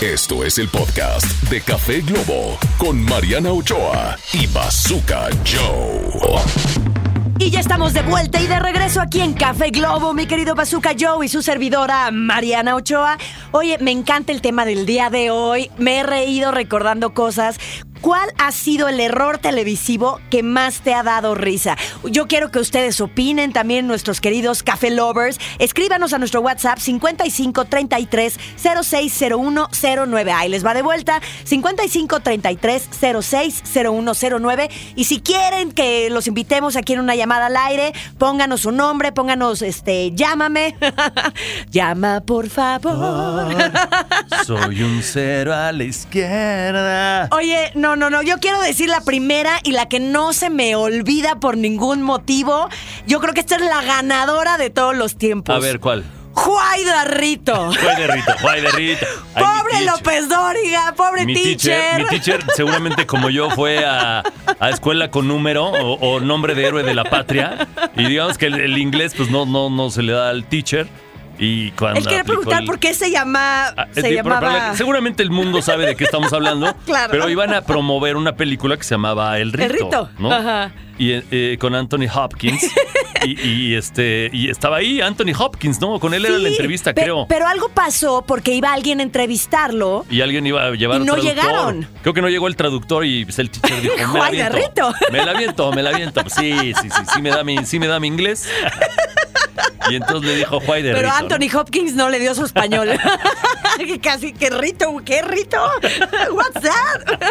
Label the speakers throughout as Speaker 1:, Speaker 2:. Speaker 1: Esto es el podcast de Café Globo con Mariana Ochoa y Bazooka Joe.
Speaker 2: Y ya estamos de vuelta y de regreso aquí en Café Globo, mi querido Bazooka Joe y su servidora Mariana Ochoa. Oye, me encanta el tema del día de hoy. Me he reído recordando cosas. ¿Cuál ha sido el error televisivo que más te ha dado risa? Yo quiero que ustedes opinen también, nuestros queridos Café Lovers. Escríbanos a nuestro WhatsApp 55 33 060109. Ahí les va de vuelta. 55 33 060109. Y si quieren que los invitemos aquí en una llamada al aire, pónganos su nombre, pónganos este, llámame. Llama, por favor.
Speaker 3: Soy un cero a la izquierda.
Speaker 2: Oye, no, no, no, yo quiero decir la primera y la que no se me olvida por ningún motivo. Yo creo que esta es la ganadora de todos los tiempos.
Speaker 3: A ver, ¿cuál?
Speaker 2: Juaida Rito.
Speaker 3: Juay de Rita, Juay de Rita. Ay, mi
Speaker 2: Pobre
Speaker 3: teacher.
Speaker 2: López Dóriga, pobre
Speaker 3: Mi teacher, mi teacher seguramente como yo fue a, a escuela con número o, o nombre de héroe de la patria y digamos que el, el inglés pues no, no, no se le da al teacher y cuando
Speaker 2: Él quería
Speaker 3: aplicó
Speaker 2: preguntar
Speaker 3: el-
Speaker 2: por qué se llama.
Speaker 3: Ah,
Speaker 2: se
Speaker 3: de- pero- pero
Speaker 2: llamaba.
Speaker 3: la- seguramente el mundo sabe de qué estamos hablando,
Speaker 2: Claro.
Speaker 3: pero iban a promover una película que se llamaba El Rito,
Speaker 2: El Rito,
Speaker 3: ¿no?
Speaker 2: ajá.
Speaker 3: Y eh, eh, con Anthony Hopkins y, y, este y estaba ahí Anthony Hopkins, ¿no? Con él era la
Speaker 2: Sí,
Speaker 3: entrevista,
Speaker 2: pe-
Speaker 3: creo.
Speaker 2: Pero algo pasó porque iba alguien a entrevistarlo.
Speaker 3: y alguien iba a llevar
Speaker 2: Y
Speaker 3: un
Speaker 2: no
Speaker 3: traductor.
Speaker 2: llegaron.
Speaker 3: Creo que no llegó el traductor y pues, el teacher dijo, me la
Speaker 2: Juan de
Speaker 3: aviento.
Speaker 2: Rito.
Speaker 3: Me la aviento, me la aviento. Pues, sí, sí, sí, sí me da mi, sí me da mi inglés. Y entonces le dijo Juan de
Speaker 2: Pero
Speaker 3: Rito, ¿no?
Speaker 2: Anthony Hopkins no le dio su español. Que Casi, qué rito, qué rito. What's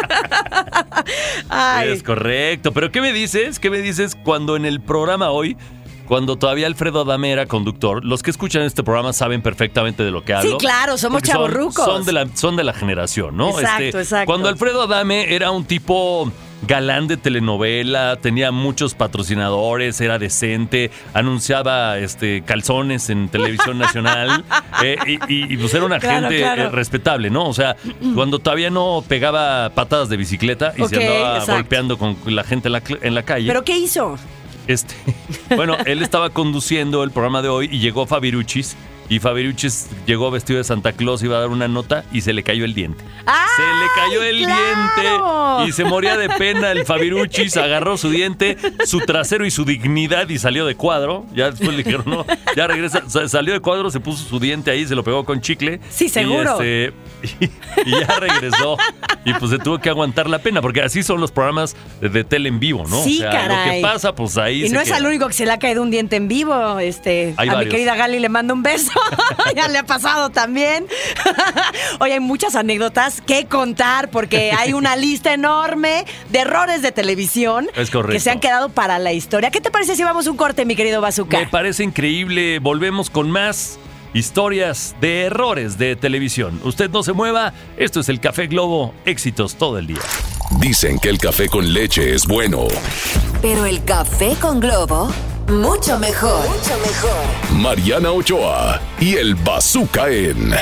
Speaker 2: that?
Speaker 3: Es correcto. Pero ¿qué me dices? ¿Qué me dices cuando en el programa hoy, cuando todavía Alfredo Adame era conductor, los que escuchan este programa saben perfectamente de lo que hablo?
Speaker 2: claro, somos
Speaker 3: porque son-
Speaker 2: chavorrucos.
Speaker 3: Son, de la, son de la generación, ¿no? Este,
Speaker 2: Exacto, exacto.
Speaker 3: Cuando Alfredo Adame era un tipo galán de telenovela, tenía muchos patrocinadores, era decente, anunciaba este calzones en televisión nacional eh, y, y- y, pues era una
Speaker 2: Claro,
Speaker 3: gente
Speaker 2: claro.
Speaker 3: eh, respetable, ¿no? O sea, cuando todavía no pegaba patadas de bicicleta y
Speaker 2: Ok,
Speaker 3: se andaba
Speaker 2: exacto.
Speaker 3: golpeando con la gente en la, cl- en la calle.
Speaker 2: ¿Pero qué hizo?
Speaker 3: Este, bueno, él estaba conduciendo el programa de hoy y llegó Fabiruchis. Y Fabiruchis llegó vestido de Santa Claus, iba a dar una nota y se le cayó el diente.
Speaker 2: ¡Ay,
Speaker 3: Se le cayó el
Speaker 2: claro!
Speaker 3: diente y se moría de pena el Fabiruchis, agarró su diente, su trasero y su dignidad y salió de cuadro. Ya después le dijeron, no, ya regresa. Sa- Salió de cuadro, se puso su diente ahí, se lo pegó con chicle.
Speaker 2: Sí,
Speaker 3: Y,
Speaker 2: seguro.
Speaker 3: este, Y, y ya regresó. Y pues se tuvo que aguantar la pena, porque así son los programas de, de tele en vivo, ¿no?
Speaker 2: Sí,
Speaker 3: o sea, lo
Speaker 2: caray.
Speaker 3: que pasa, pues ahí
Speaker 2: Y
Speaker 3: se
Speaker 2: no es
Speaker 3: queda.
Speaker 2: al único que se le ha caído un diente en vivo. Este, a
Speaker 3: Hay
Speaker 2: mi
Speaker 3: varios.
Speaker 2: querida Gali le mando un beso. ya le ha pasado también. Oye, hay muchas anécdotas que contar porque hay una lista enorme de errores de televisión
Speaker 3: Es correcto.
Speaker 2: que se han quedado para la historia. ¿Qué te parece si vamos a un corte, mi querido Bazooka?
Speaker 3: Me parece increíble. Volvemos con más historias de errores de televisión. Usted no se mueva. Esto es el Café Globo. Éxitos todo el día.
Speaker 1: Dicen que el café con leche es bueno.
Speaker 4: Pero el café con globo, mucho mejor. Mucho mejor.
Speaker 1: Mariana Ochoa y el Bazooka en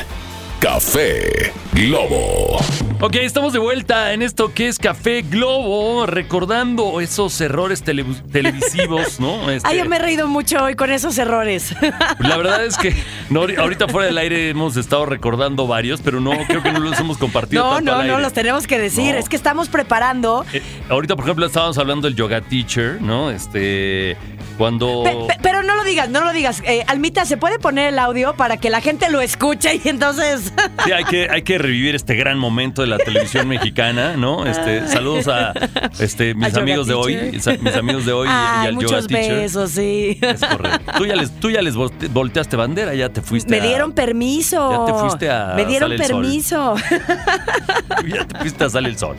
Speaker 1: Café Globo.
Speaker 3: Ok, estamos de vuelta en esto que es Café Globo, recordando esos errores tele- televisivos, ¿no? Este,
Speaker 2: Ay, yo me he reído mucho hoy con esos errores.
Speaker 3: La verdad es que no, ahori- ahorita fuera del aire hemos estado recordando varios, pero no creo que no los hemos compartido.
Speaker 2: No,
Speaker 3: tanto
Speaker 2: no,
Speaker 3: al aire.
Speaker 2: no, los tenemos que decir.
Speaker 3: No.
Speaker 2: Es que estamos preparando.
Speaker 3: Eh, ahorita, por ejemplo, estábamos hablando del yoga teacher, ¿no? Este, cuando...
Speaker 2: Pe- pe- pero no lo digas, no lo digas. Eh, Almita, ¿se puede poner el audio para que la gente lo escuche y entonces...
Speaker 3: Sí, hay que, hay que revivir este gran momento de la televisión mexicana, ¿no? Este, saludos a este, mis
Speaker 2: Ah. Yoga
Speaker 3: amigos de hoy,
Speaker 2: Teacher.
Speaker 3: sa- mis amigos de hoy y-
Speaker 2: Ay,
Speaker 3: y al yoga
Speaker 2: muchos
Speaker 3: teacher. Este,
Speaker 2: besos, sí.
Speaker 3: Es correcto. Tú ya les, tú ya les volte- volteaste bandera, ya te fuiste.
Speaker 2: Me
Speaker 3: a-
Speaker 2: dieron permiso.
Speaker 3: Ya te fuiste a
Speaker 2: Me dieron
Speaker 3: Sale el Sol.
Speaker 2: permiso.
Speaker 3: Ya te fuiste a salir el sol.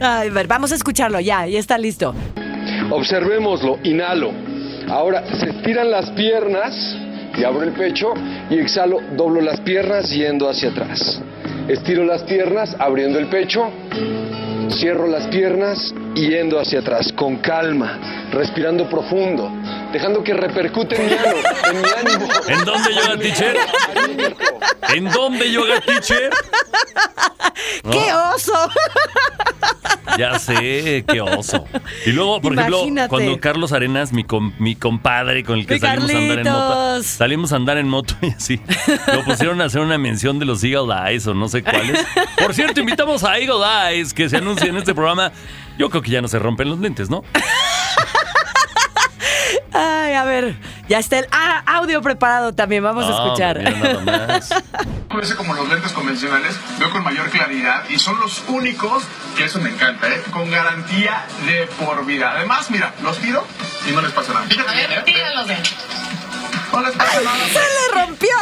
Speaker 2: Ay, a ver, vamos a escucharlo ya, ya está listo.
Speaker 5: Observémoslo, inhalo. Ahora se estiran las piernas y abro el pecho y exhalo, doblo las piernas yendo hacia atrás. Estiro las piernas abriendo el pecho, cierro las piernas y yendo hacia atrás con calma, respirando profundo, dejando que repercute en mi ánimo. En, mi ánimo.
Speaker 3: ¿En dónde, yoga teacher? ¿En dónde, yoga teacher?
Speaker 2: ¡Qué oso!
Speaker 3: Ya sé, qué oso. Y luego, por ejemplo,
Speaker 2: Imagínate.
Speaker 3: cuando Carlos Arenas, mi, com- mi compadre con el que
Speaker 2: Mi
Speaker 3: salimos a andar en moto,
Speaker 2: Carlitos.
Speaker 3: salimos a andar en moto y así, lo pusieron a hacer una mención de los Eagle Eyes o no sé cuáles. Por cierto, invitamos a Eagle Eyes que se anuncia en este programa. Yo creo que ya no se rompen los lentes, ¿no?
Speaker 2: Ay, a ver, ya está el ah, audio preparado también, vamos a
Speaker 3: Ah,
Speaker 2: escuchar.
Speaker 3: mira nada más.
Speaker 6: Parece como los lentes convencionales, veo con mayor claridad y son los únicos, que eso me encanta, ¿eh? con garantía de por vida. Además, mira, los tiro y no les pasa nada. Fíjate bien, ¿eh?
Speaker 7: Tíralos de.
Speaker 6: No les pasa nada.
Speaker 2: ¡Se le rompió!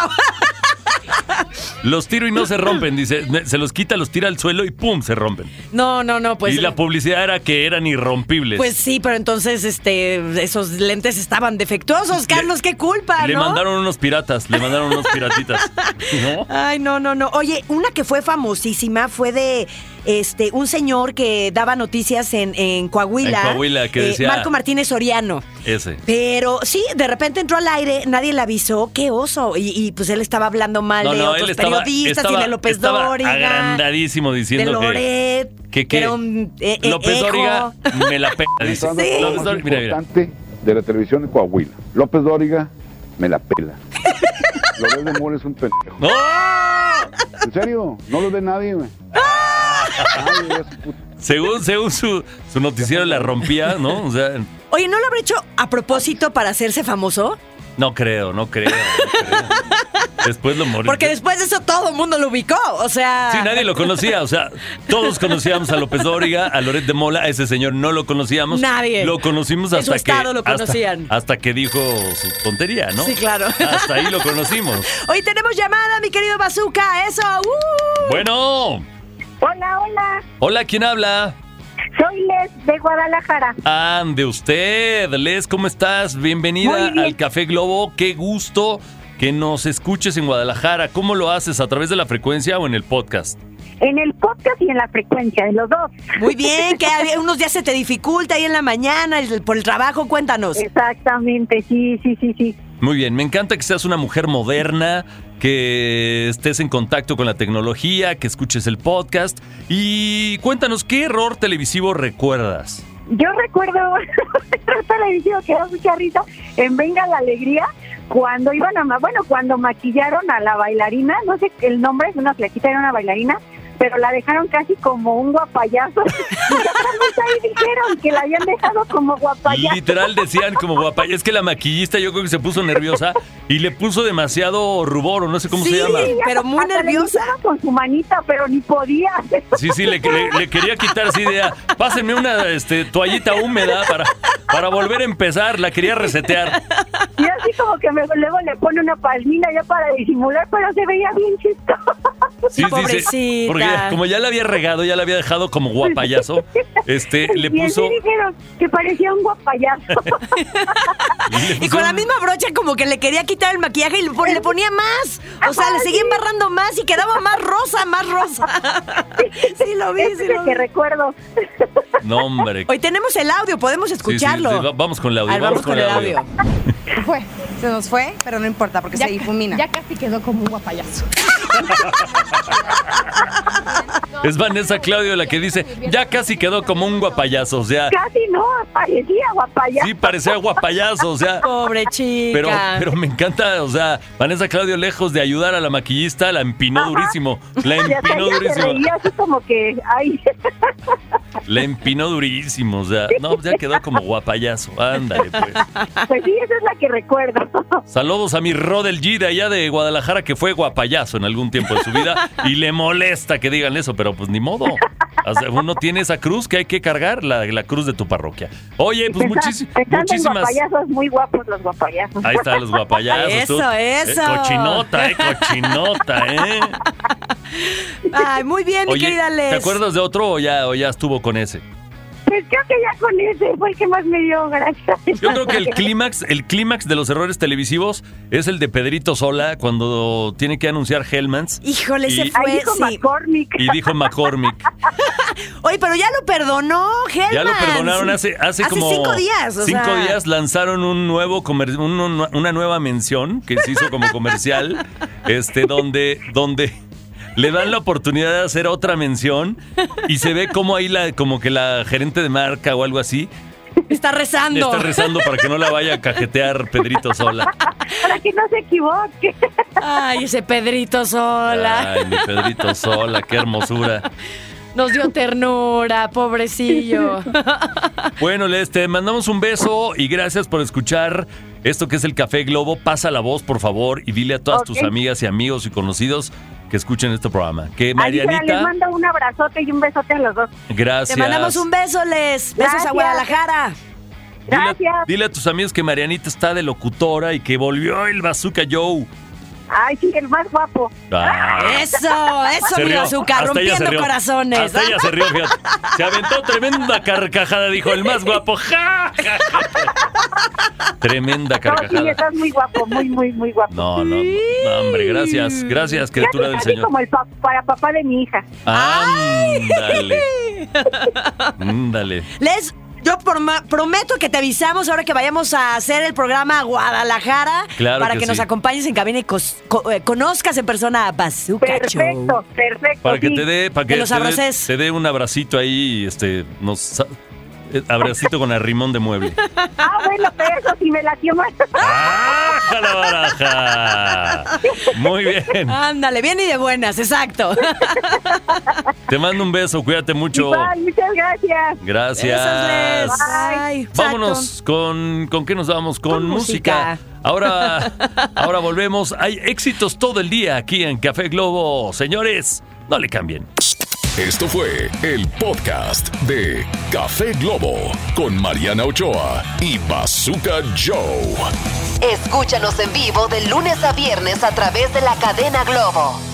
Speaker 3: Los tiro y no se rompen, dice. Se los quita, los tira al suelo y ¡pum! se rompen.
Speaker 2: No, no, no, pues.
Speaker 3: y la publicidad era que eran irrompibles.
Speaker 2: Pues sí, pero entonces este esos lentes estaban defectuosos, Carlos, qué culpa,
Speaker 3: Le
Speaker 2: ¿no?
Speaker 3: mandaron unos piratas, le mandaron unos piratitas. ¿No?
Speaker 2: Ay, no, no, no. Oye, una que fue famosísima fue de este un señor que daba noticias en, en Coahuila. eh,
Speaker 3: En Coahuila, que decía-
Speaker 2: Marco Martínez Soriano.
Speaker 3: Ese.
Speaker 2: Pero sí, de repente entró al aire, nadie le avisó, qué oso. Y, y, pues él estaba hablando mal de otros periodistas y de López
Speaker 3: estaba
Speaker 2: Dóriga.
Speaker 3: agrandadísimo
Speaker 2: de
Speaker 3: diciendo que,
Speaker 2: Loret.
Speaker 3: que,
Speaker 2: que
Speaker 3: que
Speaker 2: era un, eh, eh,
Speaker 3: López
Speaker 2: ejo.
Speaker 3: Dóriga me la pega. Dice.
Speaker 8: Entrando
Speaker 2: Sí.
Speaker 8: todo lo
Speaker 3: López
Speaker 8: más
Speaker 3: Dóriga, mira, mira.
Speaker 8: importante de la televisión de Coahuila. López Dóriga me la pela. Lo de Mora es un pendejo.
Speaker 3: ¡No!
Speaker 8: En serio, no lo ve nadie, güey. Nadie ve su puta-
Speaker 3: Según, según su, su noticiero la rompía, ¿no? O sea,
Speaker 2: Oye, ¿no lo habrá hecho a propósito para hacerse famoso?
Speaker 3: no creo, no creo. no creo. Después lo morí.
Speaker 2: Porque después de eso todo el mundo lo ubicó. O sea.
Speaker 3: Sí, nadie lo conocía, o sea, todos conocíamos a López Dóriga, a Loret de Mola, a ese señor no lo conocíamos.
Speaker 2: Nadie.
Speaker 3: Lo conocimos
Speaker 2: En
Speaker 3: hasta
Speaker 2: su estado
Speaker 3: que
Speaker 2: lo
Speaker 3: hasta-
Speaker 2: conocían.
Speaker 3: Hasta, que dijo su tontería, ¿no?
Speaker 2: Sí, claro.
Speaker 3: Hasta ahí lo conocimos.
Speaker 2: Hoy tenemos llamada, mi querido Bazooka. Eso. ¡uh!
Speaker 3: Bueno,
Speaker 9: Hola, hola.
Speaker 3: hola, ¿quién habla?
Speaker 9: Soy Les de Guadalajara.
Speaker 3: Ande usted, Les, ¿cómo estás? Bienvenida
Speaker 9: Muy bien.
Speaker 3: al Café Globo, qué gusto que nos escuches en Guadalajara. ¿Cómo lo haces? ¿A través de la frecuencia o en el podcast?
Speaker 9: En el podcast y en la frecuencia, en los dos.
Speaker 2: Muy bien, que hay- unos días se te dificulta ahí en la mañana el- por el trabajo. Cuéntanos.
Speaker 9: Exactamente, sí, sí, sí, sí.
Speaker 3: Muy bien, me encanta que seas una mujer moderna, que estés en contacto con la tecnología, que escuches el podcast y cuéntanos qué error televisivo recuerdas.
Speaker 9: Yo recuerdo, otra televisión que da mucha risa, en Venga la Alegría, cuando iban a, ma- bueno, cuando maquillaron a la bailarina, no sé el nombre, es una flaquita, era una bailarina, pero la dejaron casi como un guapayazo. Y atrás ahí dijeron que la habían dejado como guapayazo.
Speaker 3: Literal decían como guapa, es que la maquillista yo creo que se puso nerviosa y le puso demasiado rubor o no sé cómo
Speaker 2: Sí.
Speaker 3: se llama.
Speaker 9: ella
Speaker 2: pero muy
Speaker 9: hasta le
Speaker 2: nerviosa.
Speaker 9: limpiaba con su manita, pero ni podía.
Speaker 3: Sí, sí, le, le- le quería quitar esa idea. Pásenme una este, toallita húmeda para, para volver a empezar, la quería resetear.
Speaker 9: Y así como que me- luego le pone una palmina ya para disimular, pero se veía bien chistoso.
Speaker 3: Sí, sí, sí.
Speaker 2: Pobrecita.
Speaker 3: porque como ya la había regado, ya la había dejado como guapayazo, Ah, este, le
Speaker 9: Y así
Speaker 3: puso...
Speaker 9: dijeron que parecía un guapayazo.
Speaker 3: le
Speaker 2: Y
Speaker 3: puso
Speaker 2: con la
Speaker 3: un-
Speaker 2: misma brocha como que le quería quitar el maquillaje y le, pon- le ponía más. O sea, le seguía embarrando más y quedaba más rosa, más rosa. Sí, lo vi,
Speaker 9: Ese
Speaker 2: sí
Speaker 9: es
Speaker 2: lo
Speaker 9: el que
Speaker 2: vi.
Speaker 9: recuerdo.
Speaker 3: No, hombre.
Speaker 2: Hoy tenemos el audio, podemos
Speaker 3: Sí, sí,
Speaker 2: escucharlo.
Speaker 3: sí, va- vamos con el
Speaker 2: A
Speaker 3: audio.
Speaker 2: ver, vamos con el audio.
Speaker 10: Fue, se nos fue, pero no importa porque se difumina.
Speaker 7: Ya casi quedó como un guapayazo.
Speaker 3: Es Vanessa Claudio la que dice, ya casi quedó como un guapayazo, o sea,
Speaker 9: Casi no, parecía guapayazo.
Speaker 3: sí parecía guapayazo, o sea,
Speaker 2: Pobre chica.
Speaker 3: pero, pero me encanta, o sea, Vanessa Claudio lejos de ayudar a la maquillista, la empinó
Speaker 9: Ajá.
Speaker 3: durísimo, la
Speaker 9: Y hasta
Speaker 3: empinó
Speaker 9: ella se
Speaker 3: durísimo,
Speaker 9: reía así como que, ay, pues
Speaker 3: la empinó durísimo, o sea, no, ya quedó como guapayazo, ándale pues.
Speaker 9: pues sí, esa es la que recuerdo.
Speaker 3: Saludos a mi Rodel G de allá de Guadalajara que fue guapayazo en algún tiempo de su vida y le molesta que digan eso, pero pues ni modo. O sea, Uno tiene esa cruz que hay que cargar, la, la cruz de tu parroquia. Oye, pues muchis-
Speaker 9: Pensando en
Speaker 3: muchísimas...
Speaker 9: guapayazos, muy guapos los guapayazos.
Speaker 3: Ahí están los guapayazos.
Speaker 2: Eso,
Speaker 3: tú.
Speaker 2: eso.
Speaker 3: Eh, cochinota, eh, cochinota, eh.
Speaker 2: Ay, muy bien, mi
Speaker 3: Oye,
Speaker 2: querida Les.
Speaker 3: ¿te acuerdas de otro o ya, o ya estuvo con ese?
Speaker 9: Pues creo que ya con ese fue el que más me dio gracias.
Speaker 3: Yo creo que el clímax, el clímax de los errores televisivos es el de Pedrito Sola cuando tiene que anunciar Hellmans
Speaker 2: Híjole,
Speaker 3: Y-
Speaker 2: se
Speaker 9: Ahí
Speaker 2: fue,
Speaker 9: dijo
Speaker 2: sí.
Speaker 9: McCormick.
Speaker 3: y dijo McCormick.
Speaker 2: Oye, pero ya lo perdonó, Helmans.
Speaker 3: Ya lo perdonaron hace, hace, como.
Speaker 2: cinco días. o
Speaker 3: cinco
Speaker 2: sea.
Speaker 3: días lanzaron un nuevo comer- un- un- una nueva mención que se hizo como comercial, este, donde, donde le dan la oportunidad de hacer otra mención y se ve como ahí la, como que la gerente de marca o algo así
Speaker 2: Está rezando.
Speaker 3: está rezando para que no la vaya a cajetear Pedrito sola.
Speaker 9: Para que no se equivoque.
Speaker 2: Ay, ese Pedrito sola.
Speaker 3: Ay, mi Pedrito sola, qué hermosura.
Speaker 2: Nos dio ternura, pobrecillo.
Speaker 3: Bueno, Les, te mandamos un beso y gracias por escuchar esto que es el Café Globo. Pasa la voz, por favor, y dile a todas tus
Speaker 9: Ok.
Speaker 3: amigas y amigos y conocidos que escuchen este programa. Que
Speaker 9: Marianita. Les
Speaker 3: Marianita,
Speaker 9: mando un abrazote y un besote a los dos.
Speaker 3: gracias.
Speaker 2: Te mandamos un beso, Les. Besos a
Speaker 9: Gracias.
Speaker 2: Guadalajara.
Speaker 3: Dile a-
Speaker 9: Gracias.
Speaker 3: Dile a tus amigos que Marianita está de locutora y que volvió el Bazooka Joe.
Speaker 9: Ay, sí, el más guapo.
Speaker 3: Ah.
Speaker 2: Eso, eso,
Speaker 3: Se
Speaker 2: mi
Speaker 3: rió.
Speaker 2: azúcar,
Speaker 3: Hasta ella se
Speaker 2: rompiendo
Speaker 3: rió.
Speaker 2: corazones. ¿ah?
Speaker 3: Hasta ella se rió, fíjate. Se aventó tremenda carcajada, dijo el más guapo. Ja, ja, ja. Tremenda
Speaker 9: No, sí,
Speaker 3: carcajada.
Speaker 9: estás muy guapo, muy, muy, muy guapo.
Speaker 3: No, no, no, hombre, gracias, gracias, criatura del
Speaker 9: Casi, casi
Speaker 3: Señor.
Speaker 9: como el pa- para papá de mi hija.
Speaker 3: Ándale. Ándale.
Speaker 2: Les, yo proma- prometo que te avisamos ahora que vayamos a hacer el programa a Guadalajara
Speaker 3: Claro
Speaker 2: para
Speaker 3: que
Speaker 2: que, nos
Speaker 3: sí.
Speaker 2: acompañes en cabina y cos- co- eh, conozcas en persona a Bazooka Joe.
Speaker 9: Perfecto, perfecto.
Speaker 3: Para que
Speaker 9: sí.
Speaker 3: te dé, para que
Speaker 2: Que los
Speaker 3: te dé-
Speaker 2: abraces.
Speaker 3: te dé un abracito ahí, este, nos sa- eh, abracito con arrimón de mueble.
Speaker 9: Ah, bueno, pero eso sí me latió más.
Speaker 3: ¡Ajá, ¡Ah, la baraja! Muy bien.
Speaker 2: Ándale, bien y de buenas, exacto.
Speaker 3: Te mando un beso, cuídate mucho.
Speaker 9: Igual, muchas gracias.
Speaker 2: Besos, Les.
Speaker 3: Gracias.
Speaker 9: Bye.
Speaker 2: Exacto.
Speaker 3: Vámonos con con qué nos vamos con,
Speaker 2: Con
Speaker 3: música.
Speaker 2: música.
Speaker 3: Ahora ahora volvemos. Hay éxitos todo el día aquí en Café Globo, señores. No le cambien.
Speaker 1: Esto fue el podcast de Café Globo con Mariana Ochoa y Bazooka Joe.
Speaker 4: Escúchanos en vivo de lunes a viernes a través de la cadena Globo.